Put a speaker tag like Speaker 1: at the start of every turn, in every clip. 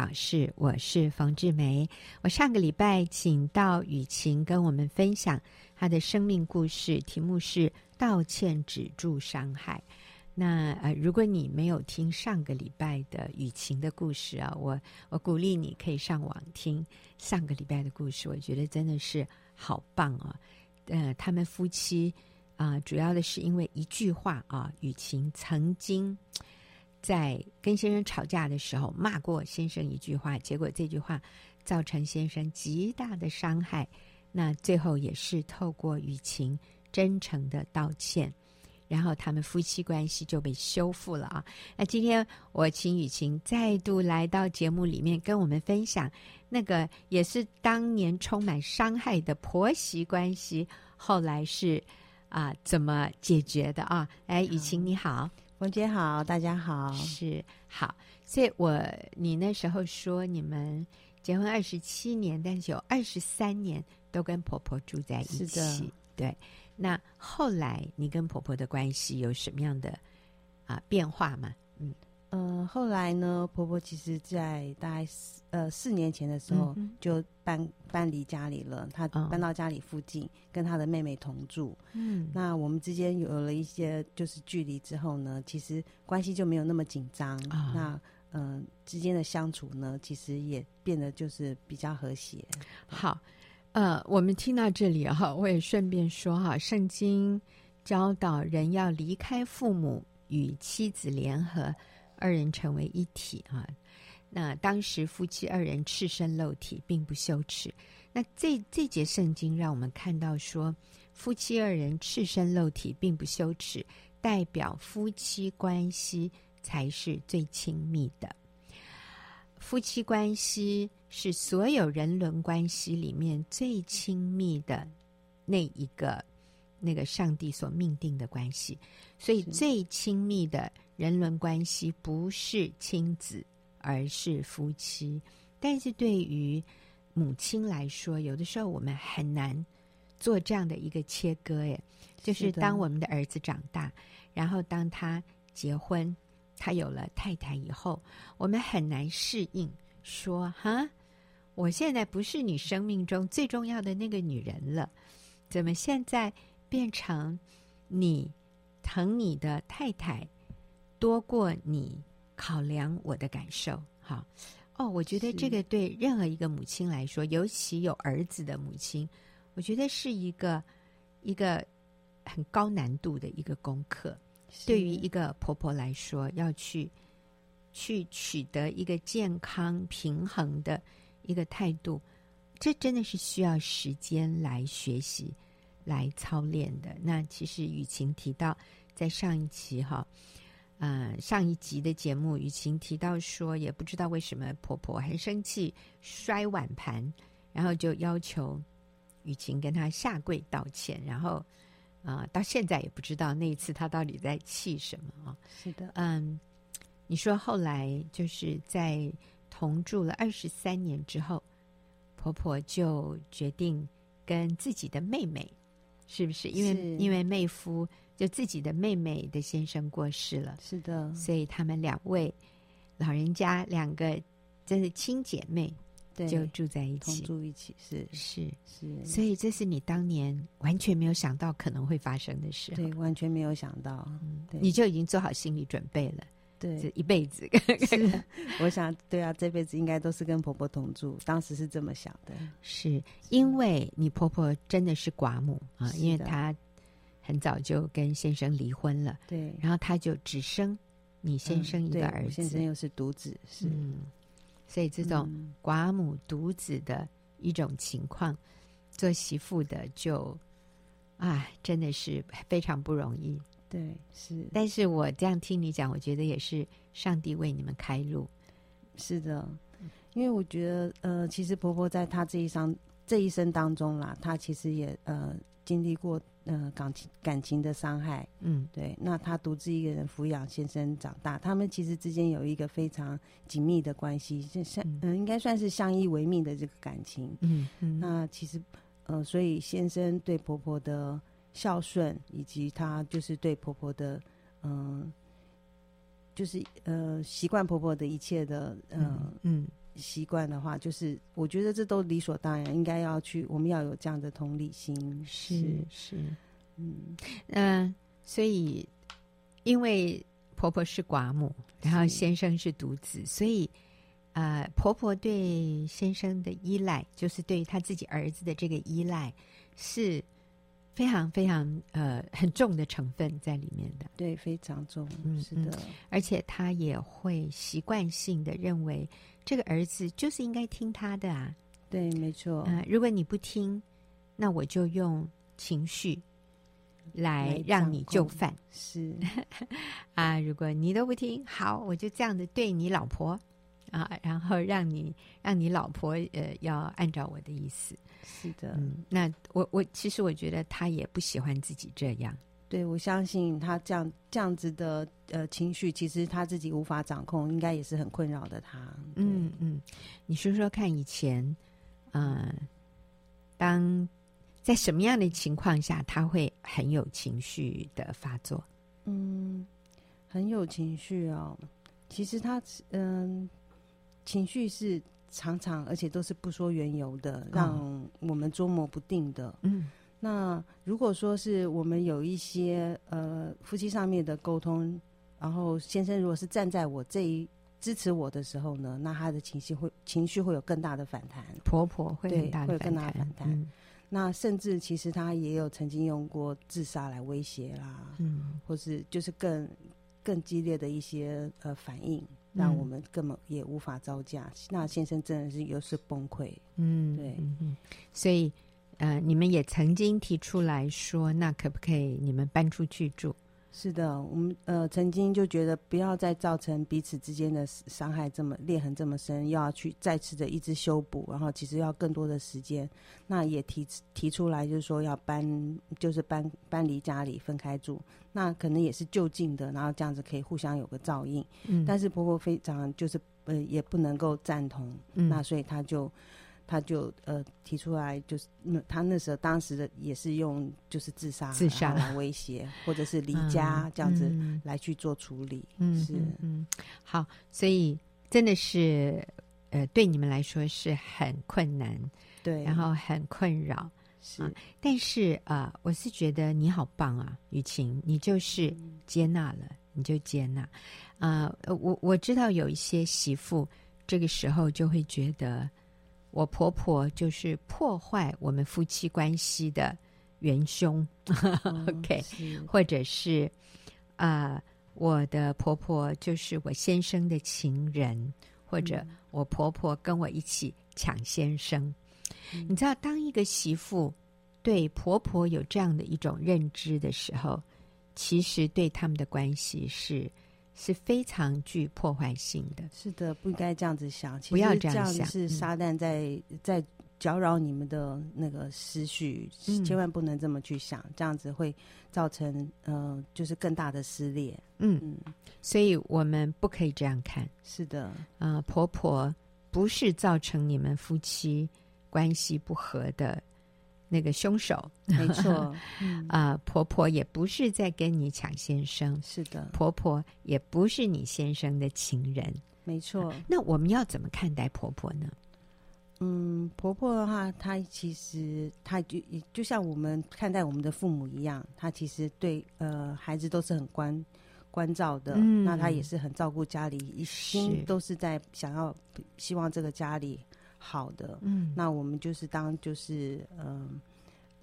Speaker 1: 港事，我是冯志梅。我上个礼拜请到雨晴跟我们分享她的生命故事，题目是“道歉止住伤害”。那呃，如果你没有听上个礼拜的雨晴的故事啊，我我鼓励你可以上网听上个礼拜的故事，我觉得真的是好棒哦。呃，他们夫妻啊、主要的是因为一句话啊，雨晴曾经在跟先生吵架的时候骂过先生一句话，结果这句话造成先生极大的伤害。那最后也是透过雨晴真诚的道歉，然后他们夫妻关系就被修复了啊。那今天我请雨晴再度来到节目里面，跟我们分享那个也是当年充满伤害的婆媳关系，后来是啊、怎么解决的啊？哎，雨晴你好。
Speaker 2: 冯姐好，大家好。
Speaker 1: 是好，所以我你那时候说你们结婚二十七年，但是有二十三年都跟婆婆住在一
Speaker 2: 是的
Speaker 1: 起，对。那后来你跟婆婆的关系有什么样的啊、变化吗？
Speaker 2: 呃，后来呢，婆婆其实在大概四呃四年前的时候、
Speaker 1: 嗯哼
Speaker 2: 就搬搬离家里了，她
Speaker 1: 哦
Speaker 2: 搬到家里附近、跟她的妹妹同住。
Speaker 1: 嗯
Speaker 2: 那我们之间有了一些就是距离之后呢，其实关系就没有那么紧张。
Speaker 1: 啊
Speaker 2: 那嗯、呃之间的相处呢，其实也变得就是比较和谐。
Speaker 1: 好，呃，我们听到这里哈，我也顺便说哈，圣经教导人要离开父母与妻子联合，二人成为一体啊。那当时夫妻二人赤身露体，并不羞耻。那这这节圣经让我们看到说，夫妻二人赤身露体，并不羞耻，代表夫妻关系才是最亲密的。夫妻关系是所有人伦关系里面最亲密的那一个，那个上帝所命定的关系。所以，
Speaker 2: 是
Speaker 1: 最亲密的人伦关系不是亲子，而是夫妻。但是对于母亲来说，有的时候我们很难做这样的一个切割，哎，就是
Speaker 2: 是的
Speaker 1: 当我们的儿子长大，然后当他结婚，他有了太太以后，我们很难适应说哈，我现在不是你生命中最重要的那个女人了，怎么现在变成你疼你的太太多过你考量我的感受？哈，哦，我觉得
Speaker 2: 是
Speaker 1: 这个对任何一个母亲来说，尤其有儿子的母亲，我觉得是一个一个很高难度的一个功课。对于
Speaker 2: 是
Speaker 1: 一个婆婆来说，要去去取得一个健康平衡的一个态度，这真的是需要时间来学习、来操练的。那其实雨晴提到，在上一期哈，呃，上一集的节目，雨晴提到说，也不知道为什么婆婆很生气，摔碗盘，然后就要求雨晴跟她下跪道歉，然后。啊、到现在也不知道那一次她到底在气什么啊、
Speaker 2: 是的，
Speaker 1: 嗯，你说后来就是在同住了二十三年之后，婆婆就决定跟自己的妹妹，是不是？因为
Speaker 2: 是
Speaker 1: 因为妹夫就自己的妹妹的先生过世了，
Speaker 2: 是的，
Speaker 1: 所以他们两位老人家两个真是亲姐妹，
Speaker 2: 对，
Speaker 1: 就住在一
Speaker 2: 同
Speaker 1: 起。
Speaker 2: 住一起是
Speaker 1: 是，
Speaker 2: 是。
Speaker 1: 所以这是你当年完全没有想到可能会发生的事，
Speaker 2: 对，完全没有想到。对
Speaker 1: 嗯你就已经做好心理准备了，
Speaker 2: 对，
Speaker 1: 这一辈 子。
Speaker 2: 是，我想对啊，这辈子应该都是跟婆婆同住，当时是这么想的。
Speaker 1: 是因为你婆婆真的是寡母啊，
Speaker 2: 是
Speaker 1: 因为
Speaker 2: 的
Speaker 1: 她很早就跟先生离婚了，
Speaker 2: 对，
Speaker 1: 然后她就只生你先生一
Speaker 2: 嗯对
Speaker 1: 个
Speaker 2: 我
Speaker 1: 儿子，
Speaker 2: 先生又是独子，是
Speaker 1: 嗯，所以这种
Speaker 2: 嗯
Speaker 1: 寡母独子的一种情况，做媳妇的就啊，真的是非常不容易。
Speaker 2: 对是
Speaker 1: 但是我这样听你讲，我觉得也是上帝为你们开路，
Speaker 2: 是的，因为我觉得呃，其实婆婆在她这一生这一生当中啦，她其实也呃经历过呃感情感情的伤害，
Speaker 1: 嗯
Speaker 2: 对，那她独自一个人抚养先生长大，他们其实之间有一个非常紧密的关系，就像
Speaker 1: 嗯
Speaker 2: 嗯、应该算是相依为命的这个感情。
Speaker 1: 嗯嗯，
Speaker 2: 那其实，呃，所以先生对婆婆的孝顺，以及他就是对婆婆的，嗯、就是呃习惯婆婆的一切的，呃、
Speaker 1: 嗯嗯
Speaker 2: 习惯的话，就是我觉得这都理所当然，应该要去，我们要有这样的同理心。
Speaker 1: 是是，
Speaker 2: 嗯，
Speaker 1: 嗯、所以因为婆婆是寡母，然后
Speaker 2: 是
Speaker 1: 先生是独子，所以呃，婆婆对先生的依赖，就是对她自己儿子的这个依赖，是非常非常呃很重的成分在里面的。
Speaker 2: 对，非常重，
Speaker 1: 嗯
Speaker 2: 是的，
Speaker 1: 而且他也会习惯性的认为这个儿子就是应该听他的啊。
Speaker 2: 对，没错，
Speaker 1: 嗯、如果你不听，那我就用情绪来
Speaker 2: 来
Speaker 1: 让
Speaker 2: 掌
Speaker 1: 你就
Speaker 2: 控
Speaker 1: 范
Speaker 2: 是，
Speaker 1: 啊。如果你都不听，好，我就这样的对你老婆啊，然后让你让你老婆呃要按照我的意思。
Speaker 2: 是的，
Speaker 1: 嗯，那我我其实我觉得他也不喜欢自己这样。
Speaker 2: 对，我相信他这样这样子的呃情绪，其实他自己无法掌控，应该也是很困扰的他。对，
Speaker 1: 嗯嗯，你说说看，以前，呃，当在什么样的情况下，他会很有情绪的发作？
Speaker 2: 嗯，很有情绪哦。其实他嗯，情绪是常常而且都是不说缘由的，让我们捉摸不定的。
Speaker 1: 嗯
Speaker 2: 那如果说是我们有一些呃夫妻上面的沟通，然后先生如果是站在我这一支持我的时候呢，那他的情绪会情绪会有更大的反弹。
Speaker 1: 婆婆会很
Speaker 2: 对
Speaker 1: 大
Speaker 2: 会
Speaker 1: 的反
Speaker 2: 有更大
Speaker 1: 弹，
Speaker 2: 的反弹
Speaker 1: 嗯
Speaker 2: 那甚至其实他也有曾经用过自杀来威胁啦，
Speaker 1: 嗯，
Speaker 2: 或是就是更更激烈的一些呃反应，让我们根本也无法招架。那先生真的是又是崩溃，
Speaker 1: 嗯，
Speaker 2: 对
Speaker 1: 嗯嗯，所以，呃，你们也曾经提出来说，那可不可以你们搬出去住？
Speaker 2: 是的，我们呃曾经就觉得不要再造成彼此之间的伤害这么裂痕这么深，又要去再次的一直修补，然后其实要更多的时间。那也提提出来就是说要搬，就是搬搬离家里分开住，那可能也是就近的，然后这样子可以互相有个照应。
Speaker 1: 嗯，
Speaker 2: 但是婆婆非常就是呃也不能够赞同，
Speaker 1: 嗯
Speaker 2: 那所以她就。她就呃提出来，就是嗯，她那时候当时的也是用就是自杀
Speaker 1: 自杀
Speaker 2: 然后来威胁，或者是离家、
Speaker 1: 嗯
Speaker 2: 这样子，
Speaker 1: 嗯
Speaker 2: 来去做处理。
Speaker 1: 嗯，
Speaker 2: 是
Speaker 1: 嗯嗯，好，所以真的是，呃，对你们来说是很困难，
Speaker 2: 对，
Speaker 1: 然后很困扰。
Speaker 2: 是、
Speaker 1: 啊但是呃，我是觉得你好棒啊，雨晴，你就是接纳了，你就接纳。啊、呃，我我知道有一些媳妇这个时候就会觉得，我婆婆就是破坏我们夫妻关系的元凶，OK
Speaker 2: 嗯是
Speaker 1: 或者是啊、呃我的婆婆就是我先生的情人，或者我婆婆跟我一起抢先生。
Speaker 2: 嗯
Speaker 1: 你知道，当一个媳妇对婆婆有这样的一种认知的时候，其实对他们的关系是是非常具破坏性的。
Speaker 2: 是的，不应该这样子想。其
Speaker 1: 不要
Speaker 2: 实
Speaker 1: 这样
Speaker 2: 子
Speaker 1: 想
Speaker 2: 是
Speaker 1: 嗯
Speaker 2: 撒旦在、在搅扰你们的那个思绪，
Speaker 1: 嗯
Speaker 2: 千万不能这么去想，这样子会造成呃，就是更大的撕裂。
Speaker 1: 嗯，
Speaker 2: 嗯，
Speaker 1: 所以我们不可以这样看。
Speaker 2: 是的，
Speaker 1: 呃，婆婆不是造成你们夫妻关系不和的那个凶手
Speaker 2: 没 错，嗯
Speaker 1: 啊、婆婆也不是在跟你抢先生，
Speaker 2: 是的，
Speaker 1: 婆婆也不是你先生的情人。
Speaker 2: 没错。
Speaker 1: 那我们要怎么看待婆婆呢？
Speaker 2: 嗯，婆婆的话，她其实她就就像我们看待我们的父母一样，她其实对呃孩子都是很关关照的，
Speaker 1: 嗯
Speaker 2: 那她也是很照顾家里，一
Speaker 1: 是
Speaker 2: 心都是在想要希望这个家里好的。
Speaker 1: 嗯
Speaker 2: 那我们就是当就是嗯、呃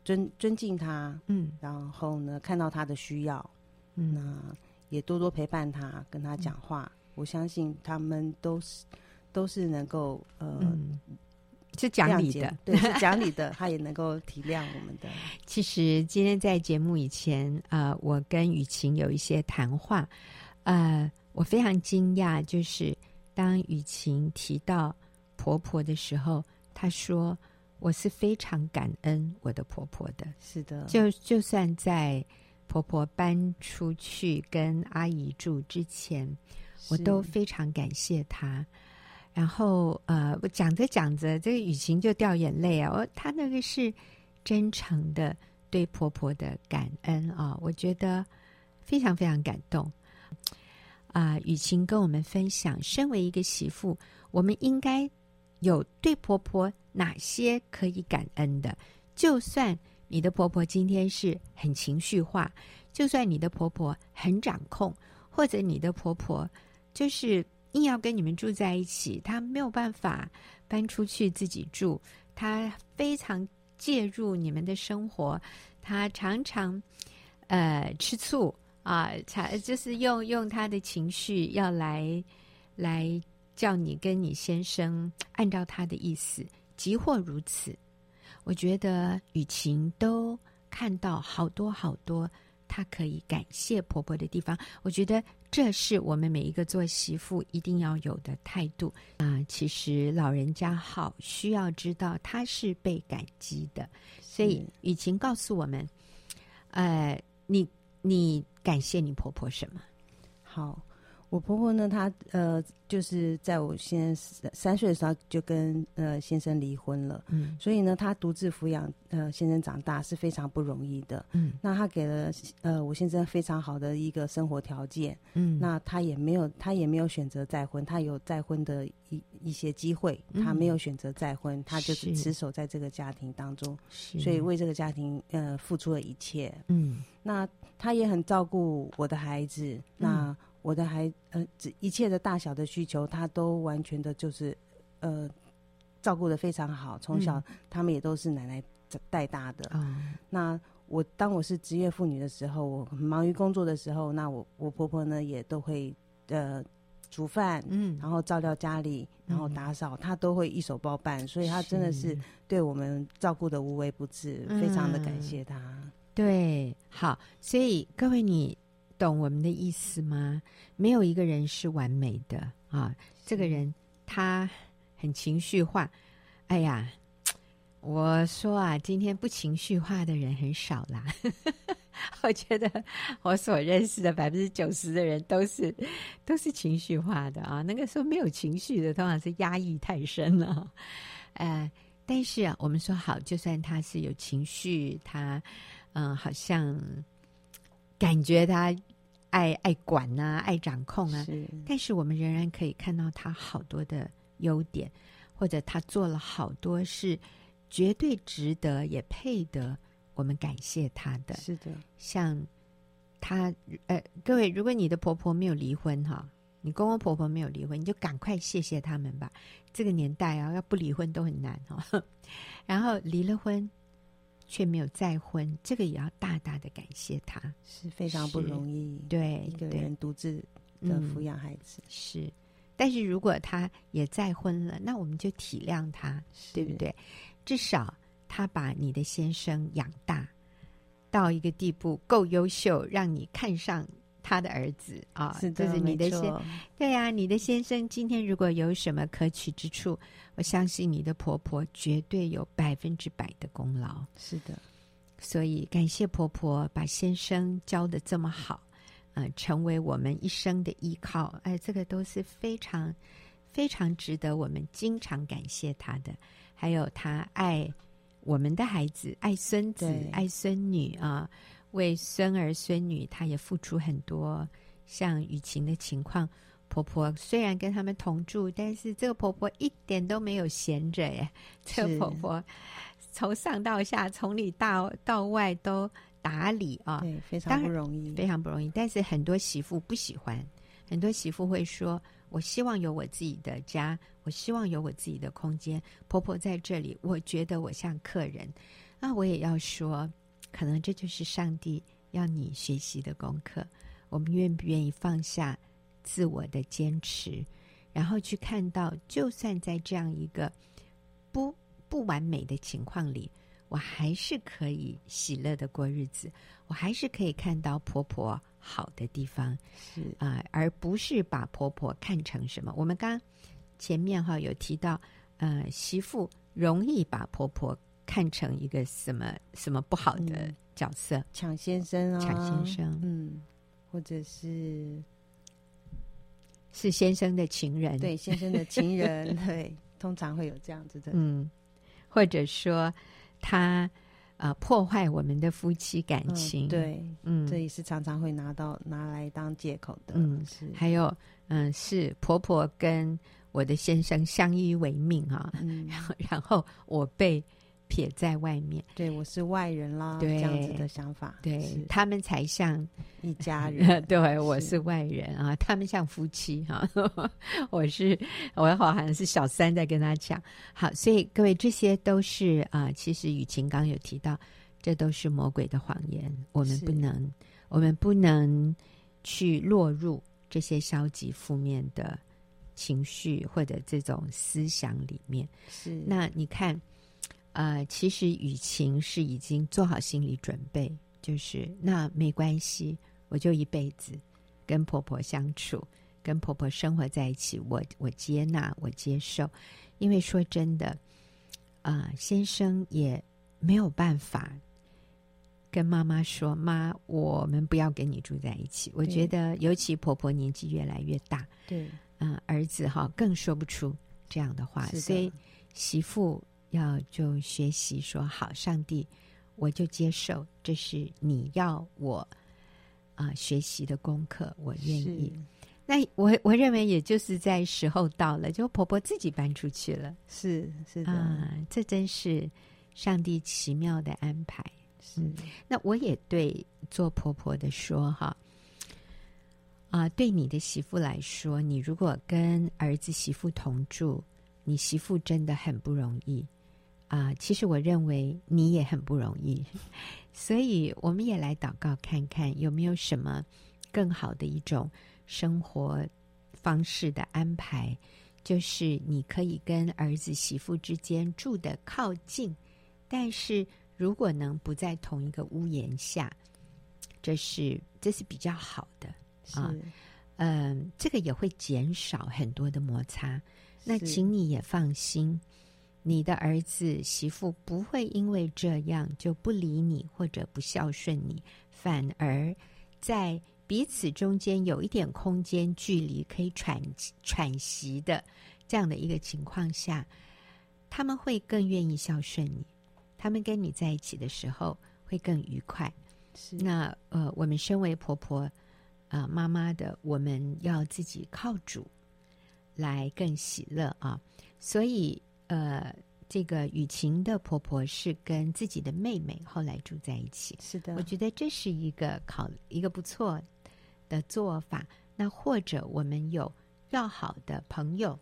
Speaker 2: 尊尊敬她，
Speaker 1: 嗯
Speaker 2: 然后呢看到她的需要，
Speaker 1: 嗯
Speaker 2: 那也多多陪伴她，跟她讲话。我相信他们都是都是能够呃。
Speaker 1: 嗯，是讲理
Speaker 2: 谅解
Speaker 1: 的。
Speaker 2: 对，是讲理的， 他也能够体谅我们的。
Speaker 1: 其实今天在节目以前啊、呃我跟雨晴有一些谈话，呃，我非常惊讶，就是当雨晴提到婆婆的时候，她说我是非常感恩我的婆婆的，
Speaker 2: 是的，
Speaker 1: 就就算在婆婆搬出去跟阿姨住之前，我
Speaker 2: 是
Speaker 1: 都非常感谢她。然后呃，我讲着讲着，这个雨晴就掉眼泪啊！我她那个是真诚的对婆婆的感恩啊、我觉得非常非常感动。啊、雨晴跟我们分享，身为一个媳妇，我们应该有对婆婆哪些可以感恩的。就算你的婆婆今天是很情绪化，就算你的婆婆很掌控，或者你的婆婆就是硬要跟你们住在一起，她没有办法搬出去自己住，她非常介入你们的生活，她常常呃吃醋啊，常、就是用用她的情绪要来来叫你跟你先生按照她的意思，即或如此。我觉得雨晴都看到好多好多她可以感谢婆婆的地方。我觉得这是我们每一个做媳妇一定要有的态度啊、其实老人家好，需要知道她是被感激
Speaker 2: 嗯
Speaker 1: 的。所以雨晴告诉我们，呃，你你感谢你婆婆什么？
Speaker 2: 好，我婆婆呢，她呃，就是在我先生三岁的时候就跟呃先生离婚了，
Speaker 1: 嗯
Speaker 2: 所以呢，她独自抚养呃先生长大是非常不容易的。
Speaker 1: 嗯
Speaker 2: 那她给了呃我先生非常好的一个生活条件，
Speaker 1: 嗯
Speaker 2: 那她也没有她也没有选择再婚，她有再婚的一一些机会，
Speaker 1: 嗯
Speaker 2: 她没有选择再婚，她就
Speaker 1: 是
Speaker 2: 是持守在这个家庭当中，
Speaker 1: 是
Speaker 2: 所以为这个家庭呃付出了一切。
Speaker 1: 嗯
Speaker 2: 那他也很照顾我的孩子，
Speaker 1: 嗯
Speaker 2: 那我的孩呃，这一切的大小的需求，他都完全的就是呃照顾的非常好。从小、
Speaker 1: 嗯
Speaker 2: 他们也都是奶奶带大的。
Speaker 1: 哦
Speaker 2: 那我当我是职业妇女的时候，我很忙于工作的时候，那我我婆婆呢也都会呃煮饭。
Speaker 1: 嗯，
Speaker 2: 然后照料家里，然后
Speaker 1: 嗯
Speaker 2: 打扫，她都会一手包办，所以她真的是对我们照顾的无微不至，非常的感
Speaker 1: 嗯
Speaker 2: 谢她。
Speaker 1: 对，好，所以各位，你懂我们的意思吗？没有一个人是完美的啊。这个人他很情绪化，哎呀，我说啊，今天不情绪化的人很少啦。 我觉得我所认识的百分之九十的人都是都是情绪化的啊。那个时候没有情绪的，通常是压抑太深了。呃，但是啊，我们说好，就算他是有情绪，他嗯、好像感觉他爱爱管呐、爱掌控啊，
Speaker 2: 是
Speaker 1: 但是我们仍然可以看到他好多的优点，或者他做了好多是绝对值得也配得我们感谢他的。
Speaker 2: 是的，
Speaker 1: 像他呃，各位，如果你的婆婆没有离婚哈，你公公婆婆没有离婚，你就赶快谢谢他们吧。这个年代啊，要不离婚都很难哈。 然后离了婚却没有再婚，这个也要大大的感谢他。
Speaker 2: 是非常不
Speaker 1: 是
Speaker 2: 容易，
Speaker 1: 对，
Speaker 2: 一个
Speaker 1: 对
Speaker 2: 人独自的
Speaker 1: 嗯
Speaker 2: 抚养孩子，
Speaker 1: 是，但是如果他也再婚了，那我们就体谅他，对不
Speaker 2: 是？
Speaker 1: 对？至少他把你的先生养大到一个地步，够优秀，让你看上他的儿子啊，
Speaker 2: 是的，
Speaker 1: 这是你的
Speaker 2: 没
Speaker 1: 先
Speaker 2: 错，
Speaker 1: 对呀、你的先生今天如果有什么可取之处，我相信你的婆婆绝对有百分之百的功劳。
Speaker 2: 是的，
Speaker 1: 所以感谢婆婆把先生教的这么好，呃，成为我们一生的依靠。哎，这个都是非常非常值得我们经常感谢她的。还有她爱我们的孩子，爱孙子
Speaker 2: 对，
Speaker 1: 爱孙女啊，为孙儿孙女，她也付出很多。像雨晴的情况，婆婆虽然跟他们同住，但是这个婆婆一点都没有闲着耶。这个
Speaker 2: 是
Speaker 1: 婆婆从上到下，从里到到外都打理啊，
Speaker 2: 对，非
Speaker 1: 当
Speaker 2: 常不
Speaker 1: 然
Speaker 2: 容易，
Speaker 1: 非常不容易。但是很多媳妇不喜欢，很多媳妇会说：“我希望有我自己的家，我希望有我自己的空间。婆婆在这里，我觉得我像客人。”那我也要说，可能这就是上帝要你学习的功课。我们愿不愿意放下自我的坚持，然后去看到，就算在这样一个不不完美的情况里，我还是可以喜乐的过日子，我还是可以看到婆婆好的地方
Speaker 2: 是
Speaker 1: 啊、而不是把婆婆看成什么。我们刚前面哈有提到，呃，媳妇容易把婆婆看成一个什么什么不好的
Speaker 2: 嗯
Speaker 1: 角色，
Speaker 2: 抢先生啊，
Speaker 1: 抢先，生
Speaker 2: 嗯，或者是
Speaker 1: 是先生的情人，
Speaker 2: 对先生的情 人，对，通常会有这样子的，
Speaker 1: 嗯，或者说他呃破坏我们的夫妻感
Speaker 2: 嗯
Speaker 1: 情，，
Speaker 2: 对，
Speaker 1: 嗯，
Speaker 2: 这也是常常会拿到拿来当借口的，
Speaker 1: 嗯
Speaker 2: 是
Speaker 1: 还有，嗯，是婆婆跟我的先生相依为命啊，
Speaker 2: 嗯，
Speaker 1: 然后我被撇在外面，
Speaker 2: 对我是外人啦，
Speaker 1: 对
Speaker 2: 这样子的想法，
Speaker 1: 对
Speaker 2: 是
Speaker 1: 他们才像
Speaker 2: 一 家人，
Speaker 1: 对我
Speaker 2: 是
Speaker 1: 是外人啊，他们像夫妻哈、 我是我好像是小三在跟他讲。好，所以各位这些都是啊、其实雨晴刚有提到，这都是魔鬼的谎言，我们
Speaker 2: 是
Speaker 1: 不能，我们不能去落入这些消极负面的情绪或者这种思想里面。
Speaker 2: 是
Speaker 1: 那你看，呃，其实雨晴是已经做好心理准备，就是那没关系，我就一辈子跟婆婆相处，跟婆婆生活在一起，我我接纳，我接受，因为说真的，啊、先生也没有办法。跟妈妈说：“妈，我们不要跟你住在一起。”我
Speaker 2: 对
Speaker 1: 觉得，尤其婆婆年纪越来越大，
Speaker 2: 对
Speaker 1: 嗯、儿子哈更说不出这样的话，
Speaker 2: 是的
Speaker 1: 所以媳妇要就学习说好，上帝，我就接受，这是你要我啊、学习的功课，我愿意。那我我认为也就是在时候到了，就婆婆自己搬出去了
Speaker 2: 是是是的，
Speaker 1: 啊、这真是上帝奇妙的安排。
Speaker 2: 是
Speaker 1: 嗯那我也对做婆婆的说哈，啊、对你的媳妇来说，你如果跟儿子媳妇同住，你媳妇真的很不容易啊、其实我认为你也很不容易， 所以我们也来祷告看看有没有什么更好的一种生活方式的安排，就是你可以跟儿子媳妇之间住的靠近，但是。如果能不在同一个屋檐下，这是这是比较好的。
Speaker 2: 是
Speaker 1: 啊嗯，这个也会减少很多的摩擦。那
Speaker 2: 是
Speaker 1: 请你也放心，你的儿子媳妇不会因为这样就不理你或者不孝顺你，反而在彼此中间有一点空间距离可以喘喘息的这样的一个情况下，他们会更愿意孝顺你，他们跟你在一起的时候会更愉快。
Speaker 2: 是
Speaker 1: 那呃，我们身为婆婆啊、妈妈的，我们要自己靠主来更喜乐啊。所以呃，这个雨晴的婆婆是跟自己的妹妹后来住在一起，
Speaker 2: 是
Speaker 1: 我
Speaker 2: 的，
Speaker 1: 觉得这是一个考一个不错的做法。那或者我们有要好的朋友，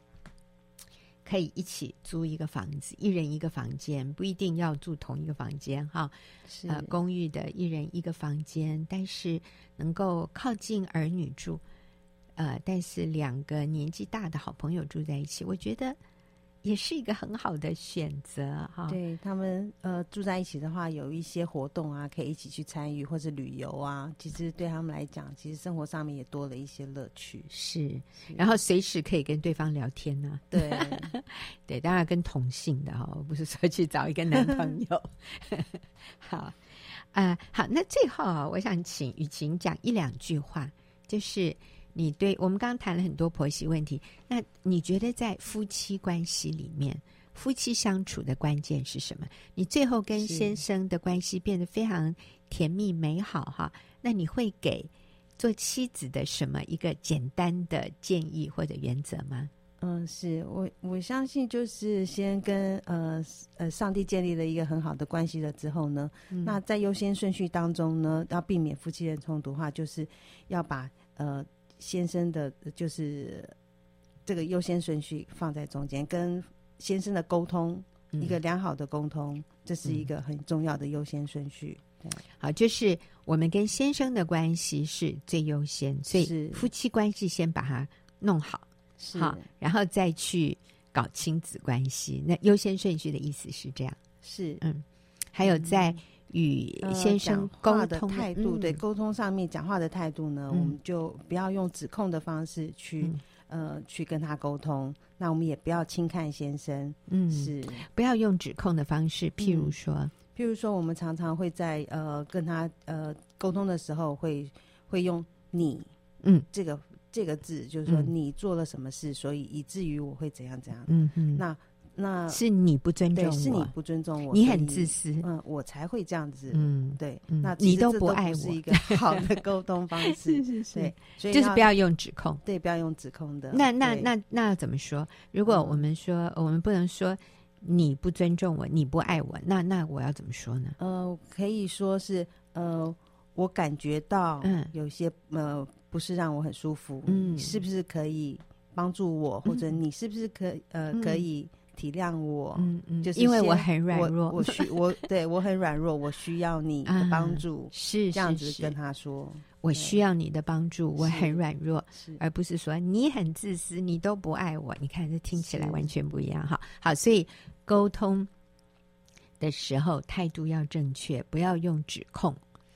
Speaker 1: 可以一起租一个房子，一人一个房间，不一定要住同一个房间哈。
Speaker 2: 是
Speaker 1: 呃公寓的一人一个房间，但是能够靠近儿女住，呃，但是两个年纪大的好朋友住在一起，我觉得也是一个很好的选择哈。
Speaker 2: 对他们呃住在一起的话，有一些活动啊，可以一起去参与或者旅游啊。其实对他们来讲，其实生活上面也多了一些乐趣。
Speaker 1: 是，然后随时可以跟对方聊天呢、
Speaker 2: 对，
Speaker 1: 对，当然跟同性的哈、我不是说去找一个男朋友。 好，啊、好，那最后啊，我想请雨晴讲一两句话，就是你对我们刚刚谈了很多婆媳问题，那你觉得在夫妻关系里面，夫妻相处的关键是什么？你最后跟
Speaker 2: 是
Speaker 1: 先生的关系变得非常甜蜜美好哈，那你会给做妻子的什么一个简单的建议或者原则吗？
Speaker 2: 嗯，是我我相信就是先跟呃呃上帝建立了一个很好的关系了之后呢，
Speaker 1: 嗯
Speaker 2: 那在优先顺序当中呢，要避免夫妻间冲突的话，就是要把呃先生的，就是这个优先顺序放在中间，跟先生的沟通，
Speaker 1: 嗯
Speaker 2: 一个良好的沟通，这是一个很重要的优先顺序。
Speaker 1: 好，就是我们跟先生的关系是最优先，所以
Speaker 2: 是
Speaker 1: 夫妻关系先把它弄好，
Speaker 2: 是
Speaker 1: 好，然后再去搞亲子关系。那优先顺序的意思是这样，嗯
Speaker 2: 是，
Speaker 1: 还有在与
Speaker 2: 嗯呃
Speaker 1: 先生
Speaker 2: 讲话
Speaker 1: 沟
Speaker 2: 的
Speaker 1: 通
Speaker 2: 态度，
Speaker 1: 嗯
Speaker 2: 对沟通上面讲话的态度呢，
Speaker 1: 嗯
Speaker 2: 我们就不要用指控的方式去、呃去跟他沟通，那我们也不要轻看先生，
Speaker 1: 嗯，
Speaker 2: 是。
Speaker 1: 不要用指控的方式，譬如
Speaker 2: 嗯
Speaker 1: 说，
Speaker 2: 譬如说，我们常常会在呃跟他呃沟通的时候会，会用“你
Speaker 1: 嗯”
Speaker 2: 这个这个字，就是说
Speaker 1: 嗯
Speaker 2: 你做了什么事，所以以至于我会怎样怎样。
Speaker 1: 嗯嗯，
Speaker 2: 那
Speaker 3: 那
Speaker 1: 是你不尊重
Speaker 3: 对
Speaker 1: 我，
Speaker 3: 是你不尊重我，
Speaker 1: 你
Speaker 3: 所
Speaker 1: 很
Speaker 3: 以
Speaker 1: 自私，
Speaker 3: 嗯，我才会这样子。
Speaker 1: 嗯，
Speaker 3: 对，
Speaker 1: 嗯
Speaker 3: 那
Speaker 1: 你
Speaker 3: 其实
Speaker 1: 都
Speaker 3: 这
Speaker 1: 不
Speaker 3: 不
Speaker 1: 爱
Speaker 3: 是
Speaker 1: 我
Speaker 3: 一个好 的沟通方式。
Speaker 1: 是
Speaker 3: 对，，所以
Speaker 1: 嗯就是不
Speaker 3: 要
Speaker 1: 要用指控。
Speaker 3: 对不要用指控的。
Speaker 1: 那那
Speaker 3: 对嗯
Speaker 1: 那那怎么说？如果我们说，呃我们不能说你不尊重我，你不爱我，那那我要怎么说呢？
Speaker 3: 呃，可以说是呃，我感觉到
Speaker 1: 嗯
Speaker 3: 有些呃不是让我很舒服，
Speaker 1: 嗯
Speaker 3: 你是不是可以帮助我，或者你是不是可呃
Speaker 1: 嗯
Speaker 3: 可以体谅我？
Speaker 1: 嗯嗯，
Speaker 3: 哦就是
Speaker 1: 因为我
Speaker 3: 先
Speaker 1: 很软弱，啊
Speaker 3: 我我需我对我很软弱，我需要你的帮助，
Speaker 1: 是
Speaker 3: 这样
Speaker 1: 是
Speaker 3: 子
Speaker 1: 是
Speaker 3: 跟他说
Speaker 1: 我
Speaker 3: 对
Speaker 1: 需要你的帮助，我
Speaker 3: 是
Speaker 1: 很软弱，
Speaker 3: 是
Speaker 1: 而不是说你很自私，你都不爱我。你看，这听起来
Speaker 3: 是
Speaker 1: 完全不一样哈。好，所以沟通的时候态度要正确，不要用指控，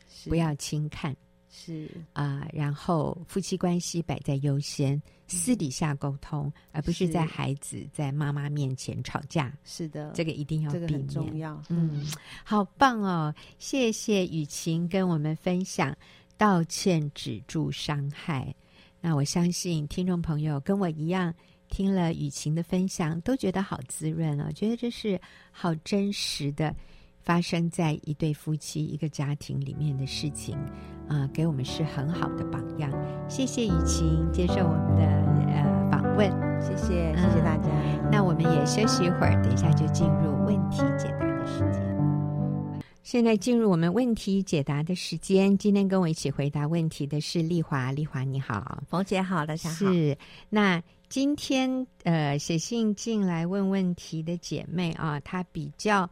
Speaker 3: 是
Speaker 1: 不要轻看
Speaker 3: 是
Speaker 1: 啊、然后夫妻关系摆在优先，私底下沟通，而不是
Speaker 3: 嗯是
Speaker 1: 在孩子在妈妈面前吵架，
Speaker 3: 是的，
Speaker 1: 这个一定要
Speaker 3: 这个
Speaker 1: 避
Speaker 3: 很
Speaker 1: 免
Speaker 3: 重。要，
Speaker 1: 嗯，好棒哦！谢谢雨晴跟我们分享道歉止住伤害。那我相信听众朋友跟我一样，听了雨晴的分享，都觉得好滋润哦，觉得这是好真实的发生在一对夫妻、一个家庭里面的事情啊、给我们是很好的榜样。谢谢雨晴接受我们的呃访问。
Speaker 3: 嗯谢谢谢谢大家。
Speaker 1: 嗯那我们也休息一会儿，等一下就进入问题解答的时间。现在进入我们问题解答的时间。今天跟我一起回答问题的是丽华，丽华你好，
Speaker 2: 冯姐好，大家好。
Speaker 1: 是那今天呃写信进来问问题的姐妹啊，她比较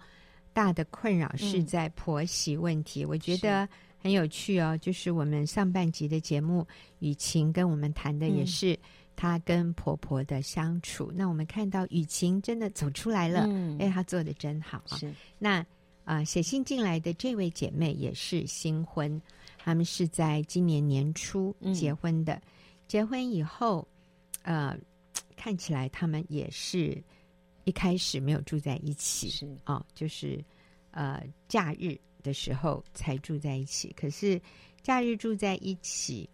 Speaker 1: 大的困扰是
Speaker 2: 嗯
Speaker 1: 在婆媳问题，我觉
Speaker 2: 是
Speaker 1: 得很有趣哦。就是我们上半集的节目，雨晴跟我们谈的也
Speaker 2: 嗯
Speaker 1: 是她跟婆婆的相处。那我们看到雨晴真的走出来了，
Speaker 2: 嗯
Speaker 1: 哎，她做的真好啊。
Speaker 2: 是
Speaker 1: 那啊、呃写信进来的这位姐妹也是新婚，她们是在今年年初
Speaker 2: 嗯
Speaker 1: 结婚的。结婚以后，呃，看起来她们也是一开始没有住在一起
Speaker 2: 是，
Speaker 1: 啊、哦，就是呃假日的时候才住在一起。可是假日住在一起，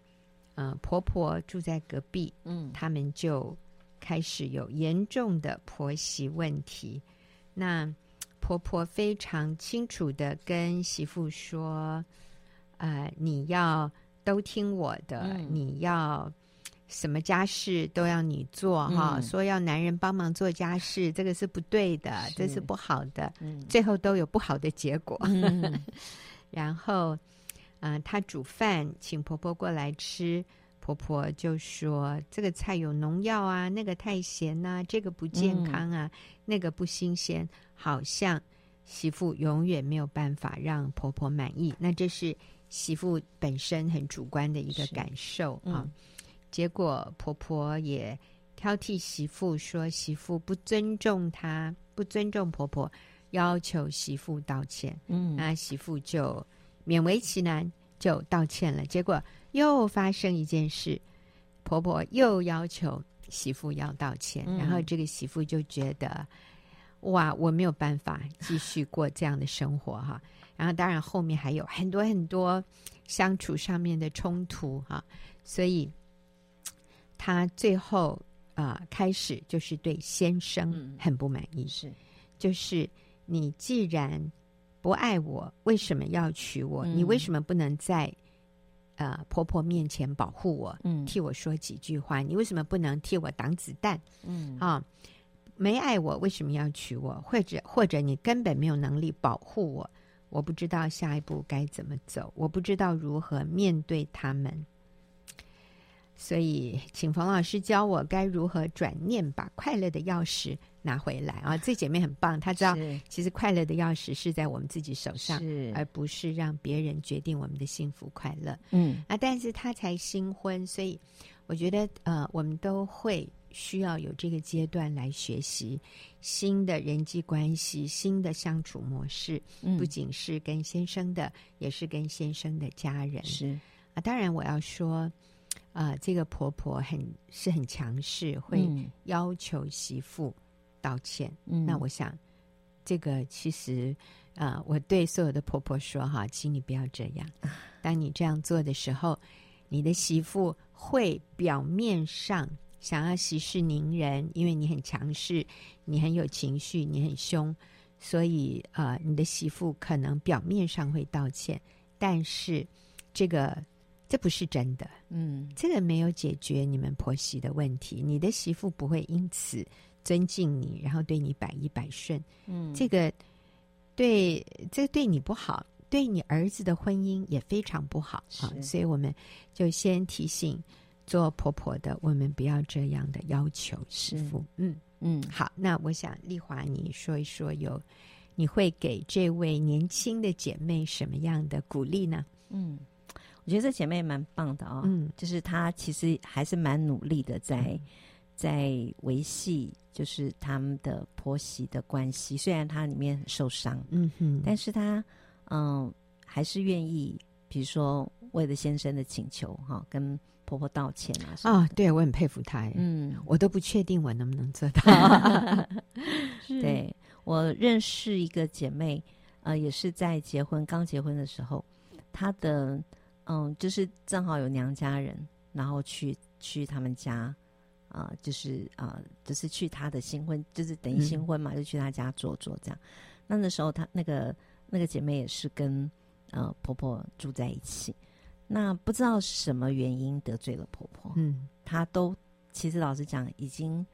Speaker 1: 呃，婆婆住在隔壁，
Speaker 2: 嗯，
Speaker 1: 他们就开始有严重的婆媳问题。那婆婆非常清楚的跟媳妇说：“呃，你要都听我的，
Speaker 2: 嗯
Speaker 1: 你要什么家事都要你做哈、
Speaker 2: 嗯
Speaker 1: 说要男人帮忙做家事，这个是不对的，
Speaker 2: 是
Speaker 1: 这是不好的，
Speaker 2: 嗯，
Speaker 1: 最后都有不好的结果。
Speaker 2: 嗯
Speaker 1: 然后，啊、她煮饭请婆婆过来吃，婆婆就说这个菜有农药啊，那个太咸呐、这个不健康
Speaker 2: 嗯
Speaker 1: 啊，那个不新鲜，好像媳妇永远没有办法让婆婆满意。那这是媳妇本身很主观的一个
Speaker 2: 是
Speaker 1: 感受啊。
Speaker 2: 嗯
Speaker 1: 结果婆婆也挑剔媳妇，说媳妇不尊重她，不尊重婆婆，要求媳妇道歉。
Speaker 2: 嗯，
Speaker 1: 那媳妇就勉为其难就道歉了。结果又发生一件事，婆婆又要求媳妇要道歉，
Speaker 2: 嗯
Speaker 1: 然后这个媳妇就觉得，哇，我没有办法继续过这样的生活哈。然后当然后面还有很多很多相处上面的冲突哈，所以她最后啊、呃开始就是对先生
Speaker 2: 嗯
Speaker 1: 很不满意，
Speaker 2: 是，
Speaker 1: 就是你既然不爱我，为什么要娶我？
Speaker 2: 嗯
Speaker 1: 你为什么不能在呃婆婆面前保护我，
Speaker 2: 嗯
Speaker 1: 替我说几句话？你为什么不能替我挡子弹
Speaker 2: 嗯，
Speaker 1: 啊？没爱我，为什么要娶我？或者或者你根本没有能力保护我？我不知道下一步该怎么走，我不知道如何面对他们。所以，请冯老师教我该如何转念，把快乐的钥匙拿回来啊！这姐妹很棒，她知道
Speaker 2: 是嗯
Speaker 1: 其实快乐的钥匙是在我们自己手上，而
Speaker 2: 是，
Speaker 1: 不是让别人决定我们的幸福快乐
Speaker 2: 嗯
Speaker 1: 啊。但是他才新婚，所以我觉得呃，我们都会需要有这个阶段来学习新的人际关系、新的相处模式，
Speaker 2: 嗯，
Speaker 1: 不仅是跟先生的，也是跟先生的家人
Speaker 2: 是，
Speaker 1: 啊。当然，我要说。呃，这个婆婆很是很强势，会
Speaker 2: 嗯
Speaker 1: 要求媳妇道歉。
Speaker 2: 嗯，
Speaker 1: 那我想，这个其实，呃，我对所有的婆婆说哈，请你不要这样。当你这样做的时候，你的媳妇会表面上想要息事宁人，因为你很强势，你很有情绪，你很凶，所以呃，你的媳妇可能表面上会道歉，但是这个这不是真的，
Speaker 2: 嗯
Speaker 1: 这个没有解决你们婆媳的问题，你的媳妇不会因此尊敬你，然后对你百依百顺，
Speaker 2: 嗯，
Speaker 1: 这个对这对你不好，对你儿子的婚姻也非常不好啊。
Speaker 2: 是
Speaker 1: 所以我们就先提醒做婆婆的，我们不要这样的要求媳
Speaker 2: 是
Speaker 1: 妇。嗯，
Speaker 2: 嗯
Speaker 1: 好，那我想丽华，你说一说有。你会给这位年轻的姐妹什么样的鼓励呢？
Speaker 2: 嗯，我觉得这姐妹蛮棒的哦，
Speaker 1: 嗯，
Speaker 2: 就是她其实还是蛮努力的在，在维系就是他们的婆媳的关系，虽然她里面很受伤，
Speaker 1: 嗯哼，
Speaker 2: 但是她嗯还是愿意，比如说为了先生的请求哈、跟婆婆道歉啊什么
Speaker 1: 啊、
Speaker 2: 的
Speaker 1: 对我很佩服她耶，
Speaker 2: 嗯，
Speaker 1: 我都不确定我能不能做 到。
Speaker 2: 对我认识一个姐妹，呃，也是在结婚刚结婚的时候，她的嗯，就是正好有娘家人，然后去去他们家，呃，就是呃，就是去她的新婚，就是等于
Speaker 1: 嗯
Speaker 2: 新婚嘛，就去她家坐坐这样。那那时候她那个那个姐妹也是跟呃婆婆住在一起，那不知道是什么原因得罪了婆婆，
Speaker 1: 嗯
Speaker 2: 她都其实老实讲，已经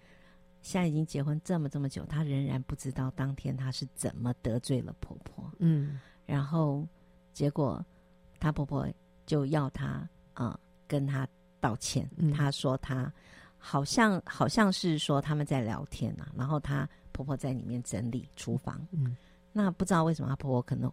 Speaker 2: 现在已经结婚这么这么久，她仍然不知道当天她是怎么得罪了婆婆，
Speaker 1: 嗯
Speaker 2: 然后结果她婆婆就要她呃跟她道歉
Speaker 1: 嗯，
Speaker 2: 她说她好像好像是说他们在聊天啊，然后她婆婆在里面整理厨房，
Speaker 1: 嗯
Speaker 2: 那不知道为什么她婆婆可能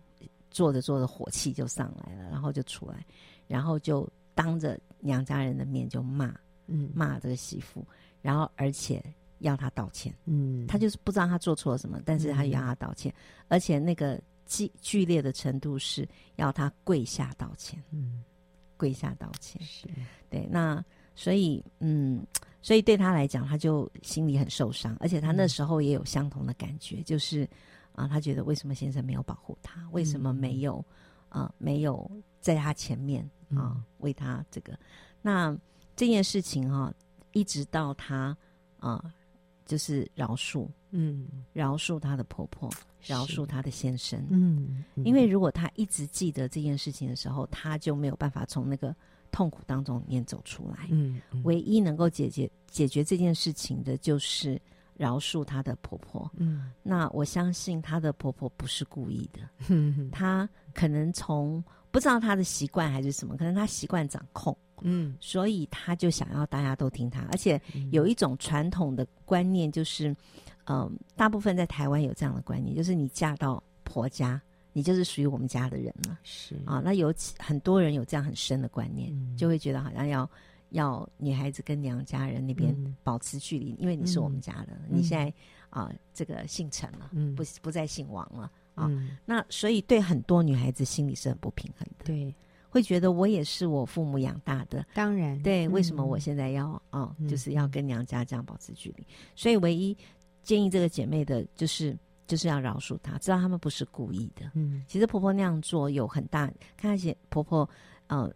Speaker 2: 做着做着火气就上来了，然后就出来，然后就当着娘家人的面就骂。
Speaker 1: 嗯
Speaker 2: 骂这个媳妇，然后而且要她道歉。
Speaker 1: 嗯，
Speaker 2: 她就是不知道她做错了什么，但是她也要她道歉，而且那个激剧烈的程度是要她跪下道歉，
Speaker 1: 嗯
Speaker 2: 跪下道歉。
Speaker 1: 是
Speaker 2: 对，那所以嗯，所以对她来讲，她就心里很受伤，而且她那时候也有相同的感觉，就是啊，她觉得为什么先生没有保护她，为什么没有啊、没有在她前面啊、
Speaker 1: 嗯
Speaker 2: 为他这个。那这件事情哈、一直到他啊、就是饶恕
Speaker 1: 嗯
Speaker 2: 饶恕她的婆婆，饶
Speaker 1: 是
Speaker 2: 恕她的先生。
Speaker 1: 嗯，嗯
Speaker 2: 因为如果她一直记得这件事情的时候，她就没有办法从那个痛苦当中里面走出来。
Speaker 1: 嗯
Speaker 2: 唯一能够解决解决这件事情的，就是饶恕她的婆婆。
Speaker 1: 嗯
Speaker 2: 那我相信她的婆婆不是故意的，
Speaker 1: 嗯
Speaker 2: 她可能从不知道她的习惯还是什么，可能她习惯掌控。
Speaker 1: 嗯
Speaker 2: 所以他就想要大家都听他，而且
Speaker 1: 嗯
Speaker 2: 有一种传统的观念，就是，嗯、大部分在台湾有这样的观念，就是你嫁到婆家，你就是属于我们家的人了
Speaker 1: 是
Speaker 2: 啊。那有其很多人有这样很深的观念，
Speaker 1: 嗯
Speaker 2: 就会觉得好像要要女孩子跟娘家人那边
Speaker 1: 嗯
Speaker 2: 保持距离，因为你是我们家的，
Speaker 1: 嗯
Speaker 2: 你现在啊、这个姓陈了，
Speaker 1: 嗯
Speaker 2: 不不再姓王了。啊
Speaker 1: 嗯
Speaker 2: 那所以对很多女孩子心里是很不平衡的，
Speaker 1: 对，
Speaker 2: 会觉得我也是我父母养大的，
Speaker 1: 当然
Speaker 2: 对，为什么
Speaker 1: 嗯
Speaker 2: 我现在要哦，
Speaker 1: 嗯
Speaker 2: 就是要跟娘家这样保持距离？所以唯一建议这个姐妹的就是就是要饶恕她，知道他们不是故意的。
Speaker 1: 嗯
Speaker 2: 其实婆婆那样做有很大，看她姐婆婆呃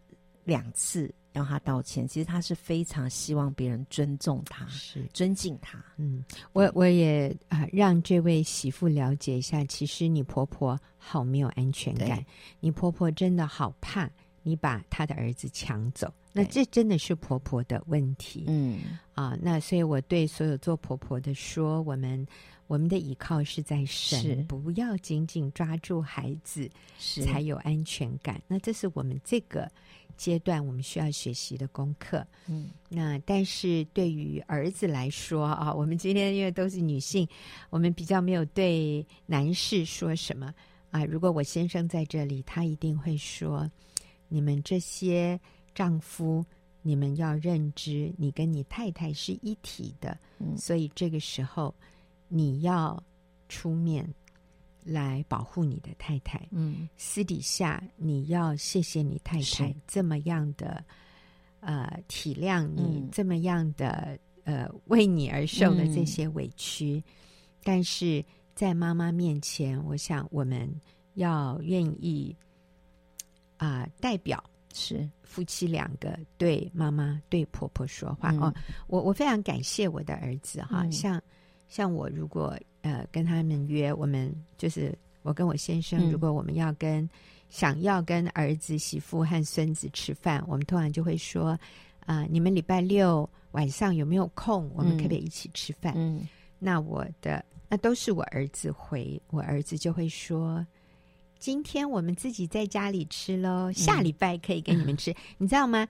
Speaker 2: 两次让她道歉，其实她是非常希望别人尊重她、
Speaker 1: 是
Speaker 2: 尊敬她。
Speaker 1: 嗯，我我也啊、让这位媳妇了解一下，其实你婆婆好没有安全感
Speaker 2: 对，
Speaker 1: 你婆婆真的好怕你把她的儿子抢走，那
Speaker 2: 对
Speaker 1: 这真的是婆婆的问题。
Speaker 2: 嗯，
Speaker 1: 啊，那所以我对所有做婆婆的说，我们我们的依靠是在神，
Speaker 2: 是
Speaker 1: 不要紧紧抓住孩子
Speaker 2: 是
Speaker 1: 才有安全感。那这是我们这个阶段我们需要学习的功课。
Speaker 2: 嗯
Speaker 1: 那但是对于儿子来说啊，我们今天因为都是女性，我们比较没有对男士说什么啊。如果我先生在这里，他一定会说：你们这些丈夫，你们要认知，你跟你太太是一体的，
Speaker 2: 嗯
Speaker 1: 所以这个时候你要出面来保护你的太太。
Speaker 2: 嗯
Speaker 1: 私底下你要谢谢你太太
Speaker 2: 是
Speaker 1: 这么样的呃体谅你，
Speaker 2: 嗯
Speaker 1: 这么样的呃为你而受的这
Speaker 2: 嗯
Speaker 1: 些委屈，但是在妈妈面前，我想我们要愿意啊、代表
Speaker 2: 是
Speaker 1: 夫妻两个对妈妈、对婆婆说话、哦。我我非常感谢我的儿子哈，
Speaker 2: 嗯
Speaker 1: 像像我如果呃跟他们约，我们就是我跟我先生，
Speaker 2: 嗯
Speaker 1: 如果我们要跟、想要跟儿子、媳妇和孙子吃饭，我们通常就会说啊、你们礼拜六晚上有没有空？我们可不可以一起吃饭？
Speaker 2: 嗯
Speaker 1: 那我的那都是我儿子回，我儿子就会说：“今天我们自己在家里吃
Speaker 2: 嗯
Speaker 1: 喽，下礼拜可以给你们 吃。你知道吗？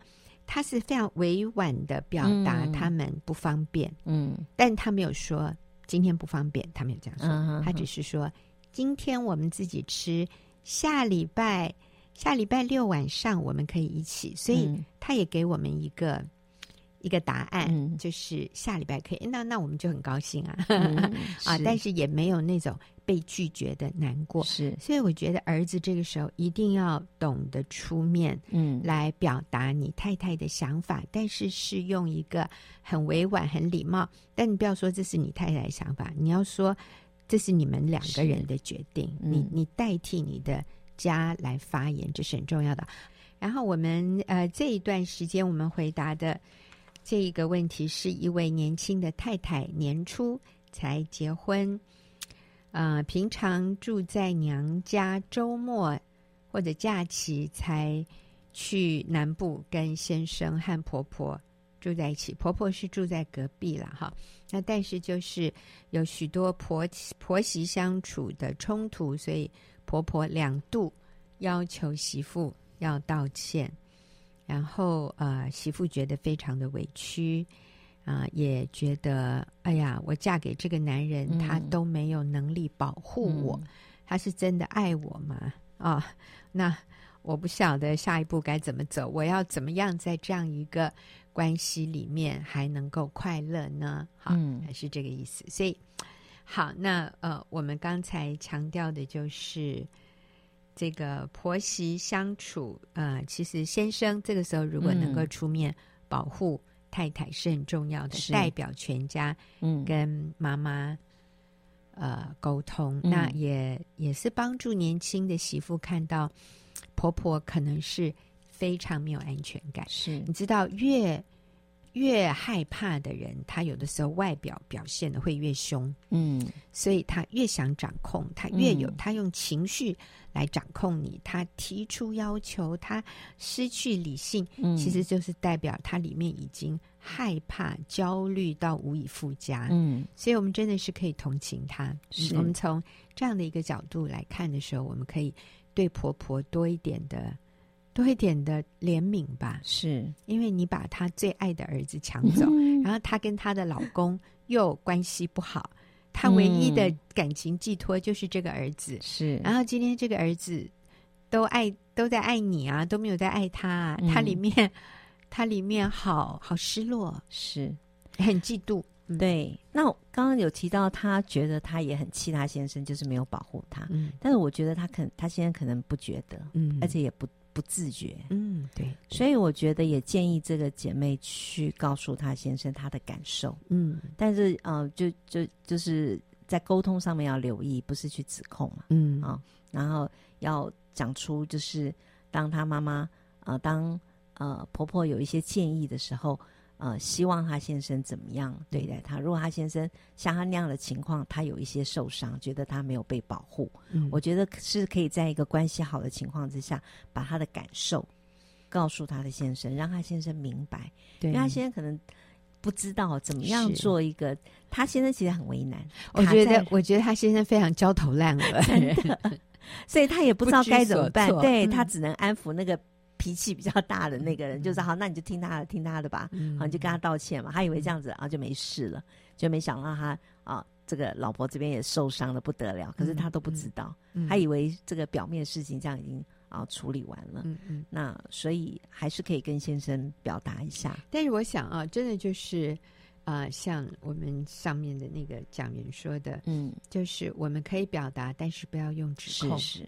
Speaker 1: 他是非常委婉的表达
Speaker 2: 嗯
Speaker 1: 他们不方便，
Speaker 2: 嗯
Speaker 1: 但他没有说今天不方便，他没有这样说，
Speaker 2: 嗯哼
Speaker 1: 他只是说今天我们自己吃，下礼拜下礼拜六晚上我们可以一起。所以
Speaker 2: 嗯
Speaker 1: 他也给我们一个一个答案，
Speaker 2: 嗯
Speaker 1: 就是下礼拜可以，那那我们就很高兴啊、
Speaker 2: 嗯
Speaker 1: 啊！但
Speaker 2: 是
Speaker 1: 是也没有那种被拒绝的难过，
Speaker 2: 是
Speaker 1: 所以我觉得儿子这个时候一定要懂得出面
Speaker 2: 嗯
Speaker 1: 来表达你太太的想法，但是是用一个很委婉、很礼貌，但你不要说这是你太太的想法，你要说这是你们两个人的决定，
Speaker 2: 嗯
Speaker 1: 你你代替你的家来发言，这是很重要的。然后我们呃这一段时间我们回答的这一个问题是一位年轻的太太年初才结婚，呃，平常住在娘家，周末或者假期才去南部跟先生和婆婆住在一起。婆婆是住在隔壁了哈，那但是就是有许多婆媳婆媳相处的冲突，所以婆婆两度要求媳妇要道歉，然后呃，媳妇觉得非常的委屈。啊、也觉得哎呀，我嫁给这个男人，
Speaker 2: 嗯
Speaker 1: 他都没有能力保护我，
Speaker 2: 嗯
Speaker 1: 他是真的爱我吗？啊、那我不晓得下一步该怎么走，我要怎么样在这样一个关系里面还能够快乐呢？好，
Speaker 2: 嗯
Speaker 1: 还是这个意思。所以，好，那呃，我们刚才强调的就是这个婆媳相处，呃，其实先生这个时候如果能够
Speaker 2: 嗯
Speaker 1: 出面保护太太是很重要的，
Speaker 2: 是
Speaker 1: 代表全家
Speaker 2: 嗯
Speaker 1: 跟妈妈呃沟通，
Speaker 2: 嗯
Speaker 1: 那也也是帮助年轻的媳妇看到婆婆可能是非常没有安全感。
Speaker 2: 是
Speaker 1: 你知道，越越害怕的人，他有的时候外表表现的会越凶，
Speaker 2: 嗯
Speaker 1: 所以他越想掌控，他越有、
Speaker 2: 嗯
Speaker 1: 他用情绪来掌控你，他提出要求，他失去理性，
Speaker 2: 嗯
Speaker 1: 其实就是代表他里面已经害怕、焦虑到无以复加。
Speaker 2: 嗯
Speaker 1: 所以我们真的是可以同情她。
Speaker 2: 是
Speaker 1: 嗯我们从这样的一个角度来看的时候，我们可以对婆婆多一点的、多一点的怜悯吧，
Speaker 2: 是嗯
Speaker 1: 因为你把她最爱的儿子抢 走，然后她跟她的老公又关系不好，她唯一的
Speaker 2: 嗯
Speaker 1: 感情寄托就是这个儿子。
Speaker 2: 是
Speaker 1: 然后今天这个儿子都爱都在爱你啊，都没有在爱他、啊，
Speaker 2: 嗯
Speaker 1: 他里面他里面好好失落，
Speaker 2: 是
Speaker 1: 很嫉妒。嗯，
Speaker 2: 对。那我刚刚有提到，他觉得他也很气他先生，就是没有保护他。
Speaker 1: 嗯
Speaker 2: 但是我觉得他可他先生可能不觉得，
Speaker 1: 嗯，
Speaker 2: 而且也不不自觉。
Speaker 1: 嗯，对，
Speaker 2: 所以我觉得也建议这个姐妹去告诉她先生她的感受，
Speaker 1: 嗯
Speaker 2: 但是呃，就就就是在沟通上面要留意，不是去指控嘛，
Speaker 1: 嗯
Speaker 2: 啊然后要讲出就是当她妈妈呃当呃婆婆有一些建议的时候，呃，希望她先生怎么样对待她。如果她先生像她那样的情况，她有一些受伤，觉得她没有被保护，
Speaker 1: 嗯
Speaker 2: 我觉得是可以在一个关系好的情况之下，把她的感受告诉她的先生，让她先生明白，
Speaker 1: 对
Speaker 2: 因为她先生可能不知道怎么样
Speaker 1: 是
Speaker 2: 做一个，她先生其实很为难，
Speaker 1: 我
Speaker 2: 卡
Speaker 1: 觉
Speaker 2: 在
Speaker 1: 得我觉得他先生非常焦头烂 额，
Speaker 2: 所以她也不知道该怎么办
Speaker 1: 不知，所措
Speaker 2: 对
Speaker 1: 嗯
Speaker 2: 她只能安抚那个脾气比较大的那个人，就是好，那你就听她的，听她的吧，
Speaker 1: 嗯
Speaker 2: 啊，你就跟他道歉嘛，他以为这样子啊就没事了，就没想到他啊这个老婆这边也受伤的不得了，可是他都不知道，
Speaker 1: 嗯
Speaker 2: 他以为这个表面事情这样已经啊处理完了，
Speaker 1: 嗯嗯，
Speaker 2: 那所以还是可以跟先生表达一下，
Speaker 1: 但是我想啊，真的就是啊、呃像我们上面的那个讲员说的，
Speaker 2: 嗯，
Speaker 1: 就是我们可以表达，但是不要用指
Speaker 2: 是
Speaker 1: 控，
Speaker 2: 是，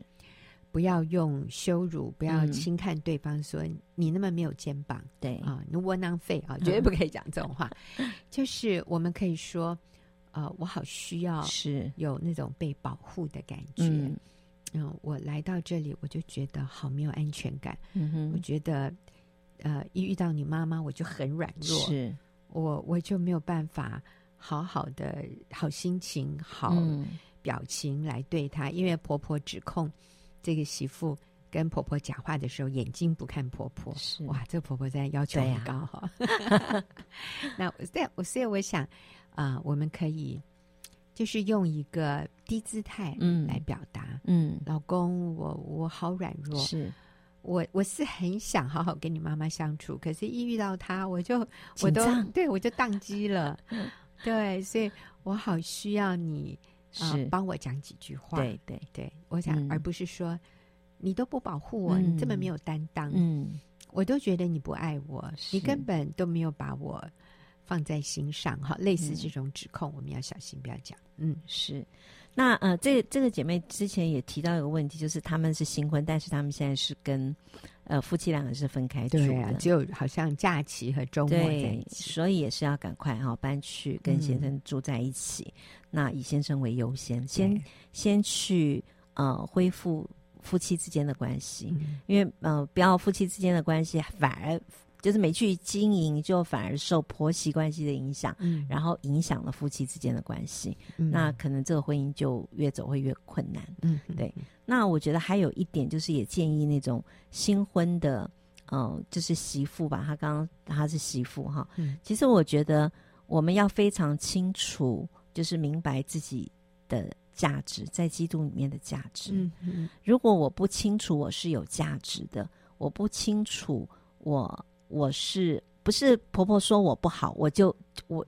Speaker 1: 不要用羞辱，不要
Speaker 2: 嗯
Speaker 1: 轻看对方说、你那么没有肩膀
Speaker 2: 对，嗯
Speaker 1: 啊，你窝囊废啊，绝对不可以讲这种话。就是我们可以说，呃，我好需要
Speaker 2: 是，
Speaker 1: 有那种被保护的感觉。
Speaker 2: 嗯
Speaker 1: 嗯，我来到这里我就觉得好没有安全感，
Speaker 2: 嗯
Speaker 1: 我
Speaker 2: 哼，
Speaker 1: 觉得呃一遇到你妈妈我就很软弱，
Speaker 2: 是
Speaker 1: 我我就没有办法好好的好心情好
Speaker 2: 嗯
Speaker 1: 表情来对她，因为婆婆指控这个媳妇跟婆婆讲话的时候眼睛不看婆婆，
Speaker 2: 是
Speaker 1: 哇，这婆婆真的要求
Speaker 2: 对
Speaker 1: 很
Speaker 2: 啊
Speaker 1: 高哈、 那对我，所以我想啊、我们可以就是用一个低姿态
Speaker 2: 嗯
Speaker 1: 来表达。
Speaker 2: 嗯
Speaker 1: 老公，我我好软弱，
Speaker 2: 是，
Speaker 1: 我我是很想好好跟你妈妈相处，可是一遇到她，我就我
Speaker 2: 紧
Speaker 1: 都
Speaker 2: 张
Speaker 1: 对我就宕机了。对，所以我好需要你啊、
Speaker 2: 是
Speaker 1: 帮我讲几句话。
Speaker 2: 对对，
Speaker 1: 对我想，
Speaker 2: 嗯
Speaker 1: 而不是说你都不保护我，你这么没有担当。
Speaker 2: 嗯
Speaker 1: 我都觉得你不爱我，
Speaker 2: 是
Speaker 1: 你根本都没有把我放在心上哈。类似
Speaker 2: 嗯
Speaker 1: 这种指控，我们要小心，不要讲。嗯，
Speaker 2: 是。那呃，这这个姐妹之前也提到一个问题，就是他们是新婚，但是他们现在是跟呃夫妻两个是分开住
Speaker 1: 对啊
Speaker 2: 的，，
Speaker 1: 只有好像假期和周末在一
Speaker 2: 对，
Speaker 1: 起。
Speaker 2: 所以也是要赶快哈、搬去跟先
Speaker 1: 嗯
Speaker 2: 生住在一起，那以先生为优先，先先去呃恢复夫妻之间的关系，
Speaker 1: 嗯
Speaker 2: 因为呃不要夫妻之间的关系反而就是没去经营，就反而受婆媳关系的影响，
Speaker 1: 嗯
Speaker 2: 然后影响了夫妻之间的关系，
Speaker 1: 嗯
Speaker 2: 那可能这个婚姻就越走会越困难。
Speaker 1: 嗯
Speaker 2: 对那我觉得还有一点就是，也建议那种新婚的，呃，就是媳妇吧，她刚刚她是媳妇哈。
Speaker 1: 嗯
Speaker 2: 其实我觉得我们要非常清楚，就是明白自己的价值，在基督里面的价值。
Speaker 1: 嗯嗯
Speaker 2: 如果我不清楚我是有价值的，我不清楚我我是不是婆婆说我不好，我就我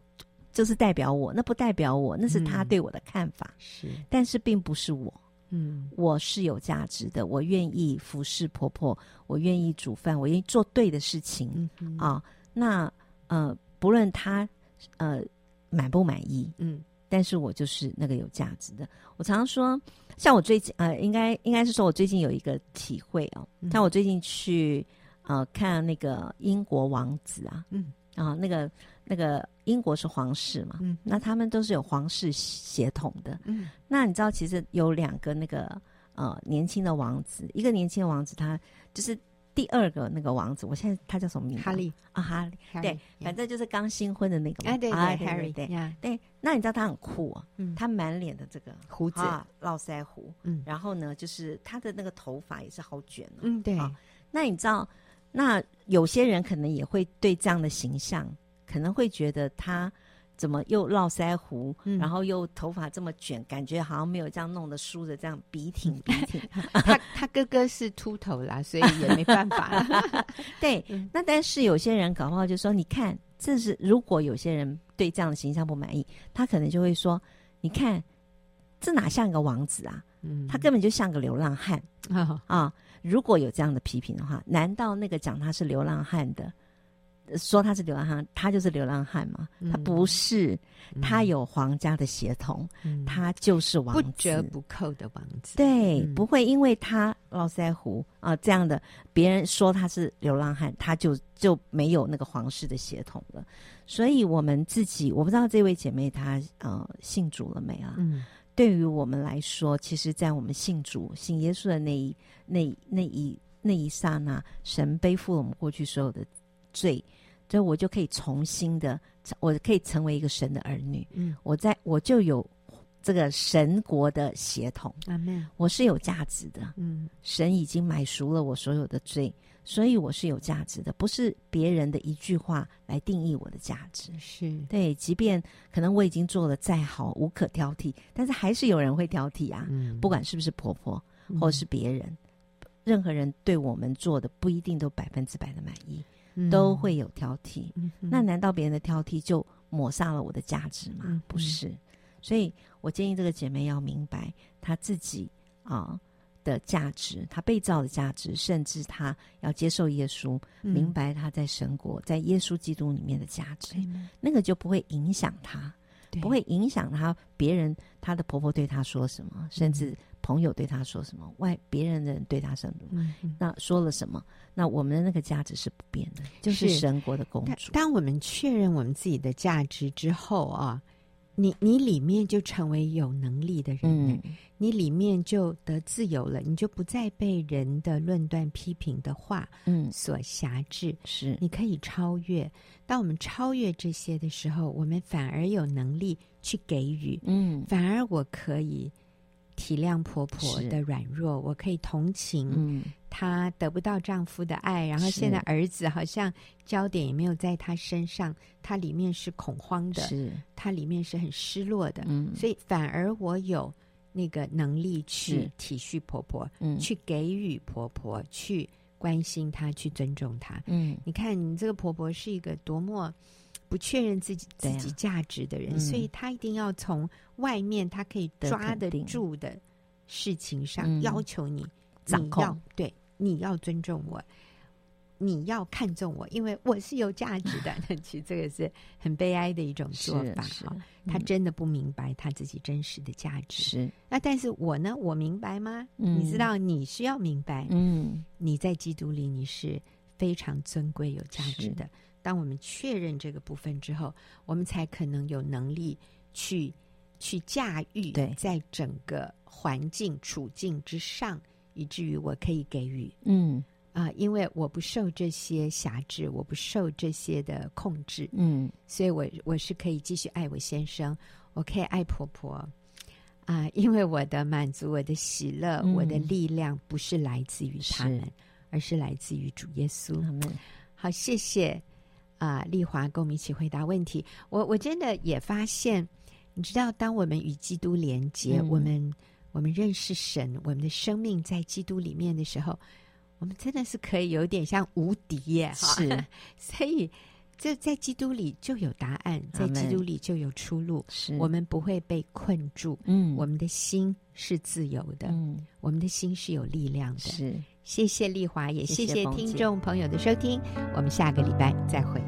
Speaker 2: 就是代表我，那不代表我，那是她
Speaker 1: 嗯
Speaker 2: 对我的看法，
Speaker 1: 是
Speaker 2: 但是并不是我。
Speaker 1: 嗯
Speaker 2: 我是有价值的，我愿意服侍婆婆，我愿意煮饭，我愿意做对的事情、
Speaker 1: 嗯嗯
Speaker 2: 啊。那呃，不论她呃满不满意，
Speaker 1: 嗯
Speaker 2: 但是我就是那个有价值的。我常常说，像我最近呃，应该应该是说我最近有一个体会哦，
Speaker 1: 嗯
Speaker 2: 像我最近去呃看那个英国王子啊，
Speaker 1: 嗯
Speaker 2: 啊那个那个英国是皇室嘛，
Speaker 1: 嗯
Speaker 2: 那他们都是有皇室血统的，
Speaker 1: 嗯
Speaker 2: 那你知道，其实有两个那个呃年轻的王子，一个年轻的王子他，就是第二个那个王子，我现在他叫什么名字啊？
Speaker 1: 哈利
Speaker 2: 啊，哈利，对，反正就是刚新婚的那个嘛。
Speaker 1: 哎对对
Speaker 2: 啊
Speaker 1: Harry
Speaker 2: 对
Speaker 1: 呀
Speaker 2: 对。那你知道他很酷哦，
Speaker 1: 嗯
Speaker 2: 他满脸的这个
Speaker 1: 胡子
Speaker 2: 啊，络腮胡，
Speaker 1: 嗯
Speaker 2: 然后呢，就是他的那个头发也是好卷哦。
Speaker 1: 嗯对
Speaker 2: 啊那你知道，那有些人可能也会对这样的形象，可能会觉得他怎么又络腮胡，
Speaker 1: 嗯
Speaker 2: 然后又头发这么卷，感觉好像没有这样弄得梳的这样笔挺
Speaker 1: 嗯
Speaker 2: 笔 挺。
Speaker 1: 他他哥哥是秃头啦，所以也没办法 啦。
Speaker 2: 对，
Speaker 1: 嗯
Speaker 2: 那但是有些人搞不好就说，你看，这是如果有些人对这样的形象不满意，他可能就会说，你看，这哪像个王子啊？
Speaker 1: 嗯
Speaker 2: 他根本就像个流浪汉。
Speaker 1: 哦
Speaker 2: 啊，如果有这样的批评的话，难道那个讲他是流浪汉的，呃说他是流浪汉，他就是流浪汉吗？他
Speaker 1: 嗯
Speaker 2: 不是， 他
Speaker 1: 嗯
Speaker 2: 有皇家的血统，
Speaker 1: 嗯
Speaker 2: 他就是王
Speaker 1: 不
Speaker 2: 子。
Speaker 1: 折不扣的王子。
Speaker 2: 对，
Speaker 1: 嗯
Speaker 2: 不会因为他络腮胡啊这样的，别人说他是流浪汉，他就就没有那个皇室的血统了。所以，我们自己，我不知道这位姐妹她呃信主了没啊？
Speaker 1: 嗯
Speaker 2: 对于我们来说，其实，在我们信主、信耶稣的那一、那、那一、那一刹那，神背负了我们过去所有的罪，所以我就可以重新的，我可以成为一个神的儿女。
Speaker 1: 嗯，
Speaker 2: 我在我就有这个神国的血统，
Speaker 1: 阿妹，
Speaker 2: 我是有价值的。
Speaker 1: 嗯
Speaker 2: 神已经买赎了我所有的罪，所以我是有价值的，不是别人的一句话来定义我的价值。
Speaker 1: 是。
Speaker 2: 对，即便可能我已经做的再好，无可挑剔，但是还是有人会挑剔啊，
Speaker 1: 嗯
Speaker 2: 不管是不是婆婆或是别人，任何人对我们做的不一定都百分之百的满意，
Speaker 1: 嗯
Speaker 2: 都会有挑剔。
Speaker 1: 嗯哼
Speaker 2: 那难道别人的挑剔就抹杀了我的价值吗？
Speaker 1: 嗯
Speaker 2: 不是，所以我建议这个姐妹要明白她自己啊、的价值，她被造的价值，甚至她要接受耶稣，
Speaker 1: 嗯
Speaker 2: 明白她在神国、在耶稣基督里面的价值。
Speaker 1: 嗯
Speaker 2: 那个就不会影响她，
Speaker 1: 对
Speaker 2: 不会影响她别人她的婆婆对她说什
Speaker 1: 嗯
Speaker 2: 么，甚至朋友对她说什么，外别人的人对她什么，
Speaker 1: 嗯嗯
Speaker 2: 那说了什么，那我们的那个价值是不变的，就是
Speaker 1: 是
Speaker 2: 神国的公
Speaker 1: 但
Speaker 2: 主。
Speaker 1: 当我们确认我们自己的价值之后啊，你你里面就成为有能力的人了，
Speaker 2: 嗯，
Speaker 1: 你里面就得自由了，你就不再被人的论断、批评的话
Speaker 2: 嗯，
Speaker 1: 所辖制，
Speaker 2: 是，
Speaker 1: 你可以超越。当我们超越这些的时候，我们反而有能力去给予，
Speaker 2: 嗯
Speaker 1: 反而我可以体谅婆婆
Speaker 2: 是
Speaker 1: 的软弱，我可以同情
Speaker 2: 嗯，
Speaker 1: 她得不到丈夫的爱，然后现在
Speaker 2: 是
Speaker 1: 儿子好像焦点也没有在她身上，她里面是恐慌的，
Speaker 2: 是，
Speaker 1: 她里面是很失落的，
Speaker 2: 嗯，
Speaker 1: 所以反而我有那个能力去
Speaker 2: 是
Speaker 1: 体恤婆婆，
Speaker 2: 嗯，
Speaker 1: 去给予婆婆，去关心她，去尊重她。
Speaker 2: 嗯，
Speaker 1: 你看，你这个婆婆是一个多么不确认自己自
Speaker 2: 对啊
Speaker 1: 己价值的人，
Speaker 2: 嗯
Speaker 1: 所以她一定要从外面她可以
Speaker 2: 得
Speaker 1: 抓
Speaker 2: 肯
Speaker 1: 得
Speaker 2: 定
Speaker 1: 住的事情上、
Speaker 2: 嗯
Speaker 1: 要求你
Speaker 2: 掌
Speaker 1: 你
Speaker 2: 控
Speaker 1: 要对，你要尊重我，你要看重我，因为我是有价值的。 其实这个是很悲哀的一种
Speaker 2: 是
Speaker 1: 做法
Speaker 2: 是
Speaker 1: 哈。他
Speaker 2: 嗯
Speaker 1: 真的不明白他自己真实的价值。
Speaker 2: 是，
Speaker 1: 那但是我呢，我明白吗？你知
Speaker 2: 嗯
Speaker 1: 道你是要明白，
Speaker 2: 嗯，
Speaker 1: 你在基督里你是非常尊贵有价值
Speaker 2: 是
Speaker 1: 的。当我们确认这个部分之后，我们才可能有能力去去驾驭
Speaker 2: 对，
Speaker 1: 在整个环境处境之上，以至于我可以给予
Speaker 2: 嗯，
Speaker 1: 啊、因为我不受这些辖制，我不受这些的控制。
Speaker 2: 嗯，
Speaker 1: 所以我我是可以继续爱我先生，我可以爱婆婆啊、因为我的满足、我的喜乐、
Speaker 2: 嗯
Speaker 1: 我的力量不是来自于他们
Speaker 2: 是，
Speaker 1: 而是来自于主耶稣。
Speaker 2: 他们
Speaker 1: 好，谢谢啊、丽华跟我们一起回答问题。我我真的也发现，你知道，当我们与基督连接，
Speaker 2: 嗯
Speaker 1: 我们我们认识神，我们的生命在基督里面的时候，我们真的是可以有点像无敌耶！哈
Speaker 2: 是
Speaker 1: 所以，这在基督里就有答案，在
Speaker 2: Amen
Speaker 1: 基督里就有出路。
Speaker 2: 是，
Speaker 1: 我们不会被困住，
Speaker 2: 嗯，
Speaker 1: 我们的心是自由的，
Speaker 2: 嗯
Speaker 1: 我们的心是有力量的。
Speaker 2: 是。
Speaker 1: 谢谢丽华，也
Speaker 2: 谢
Speaker 1: 谢
Speaker 2: 谢
Speaker 1: 谢
Speaker 2: 冯
Speaker 1: 听
Speaker 2: 姐
Speaker 1: 众朋友的收听，我们下个礼拜再会。